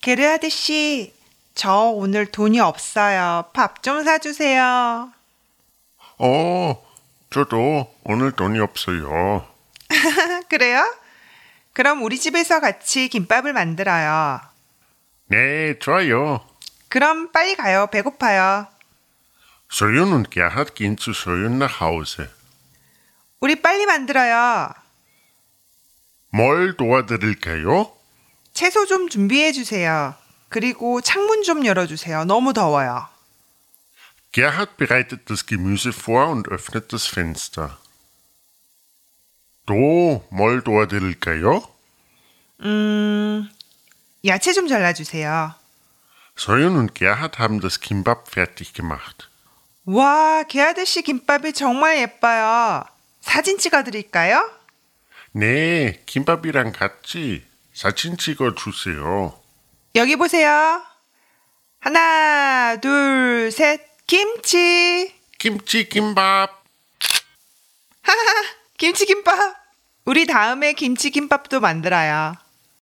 게르하드 씨, 저 오늘 돈이 없어요. 밥 좀 사주세요. 아, 어, 저도 오늘 돈이 없어요. 그래요? 그럼 우리 집에서 같이 김밥을 만들어요. 네, 좋아요. 그럼 빨리 가요. 배고파요. Soyun und Gerhard gehen zu Soyun nach Hause. 우리 빨리 만들어요. 뭘 도와드릴까요? 채소 좀 준비해 주세요. 그리고 창문 좀 열어 주세요. 너무 더워요. Gerhard bereitet das Gemüse vor und öffnet das Fenster. 또 뭘 도와드릴까요? 음. 야채 좀 잘라 주세요. Soyun und Gerhard haben das Kimbab fertig gemacht. 와, 개아저씨 김밥이 정말 예뻐요. 사진 찍어 드릴까요? 네, 김밥이랑 같이 사진 찍어주세요. 여기 보세요. 하나, 둘, 셋. 김치. 김치 김밥. 김치김밥. 우리 다음에 김치김밥도 만들어요.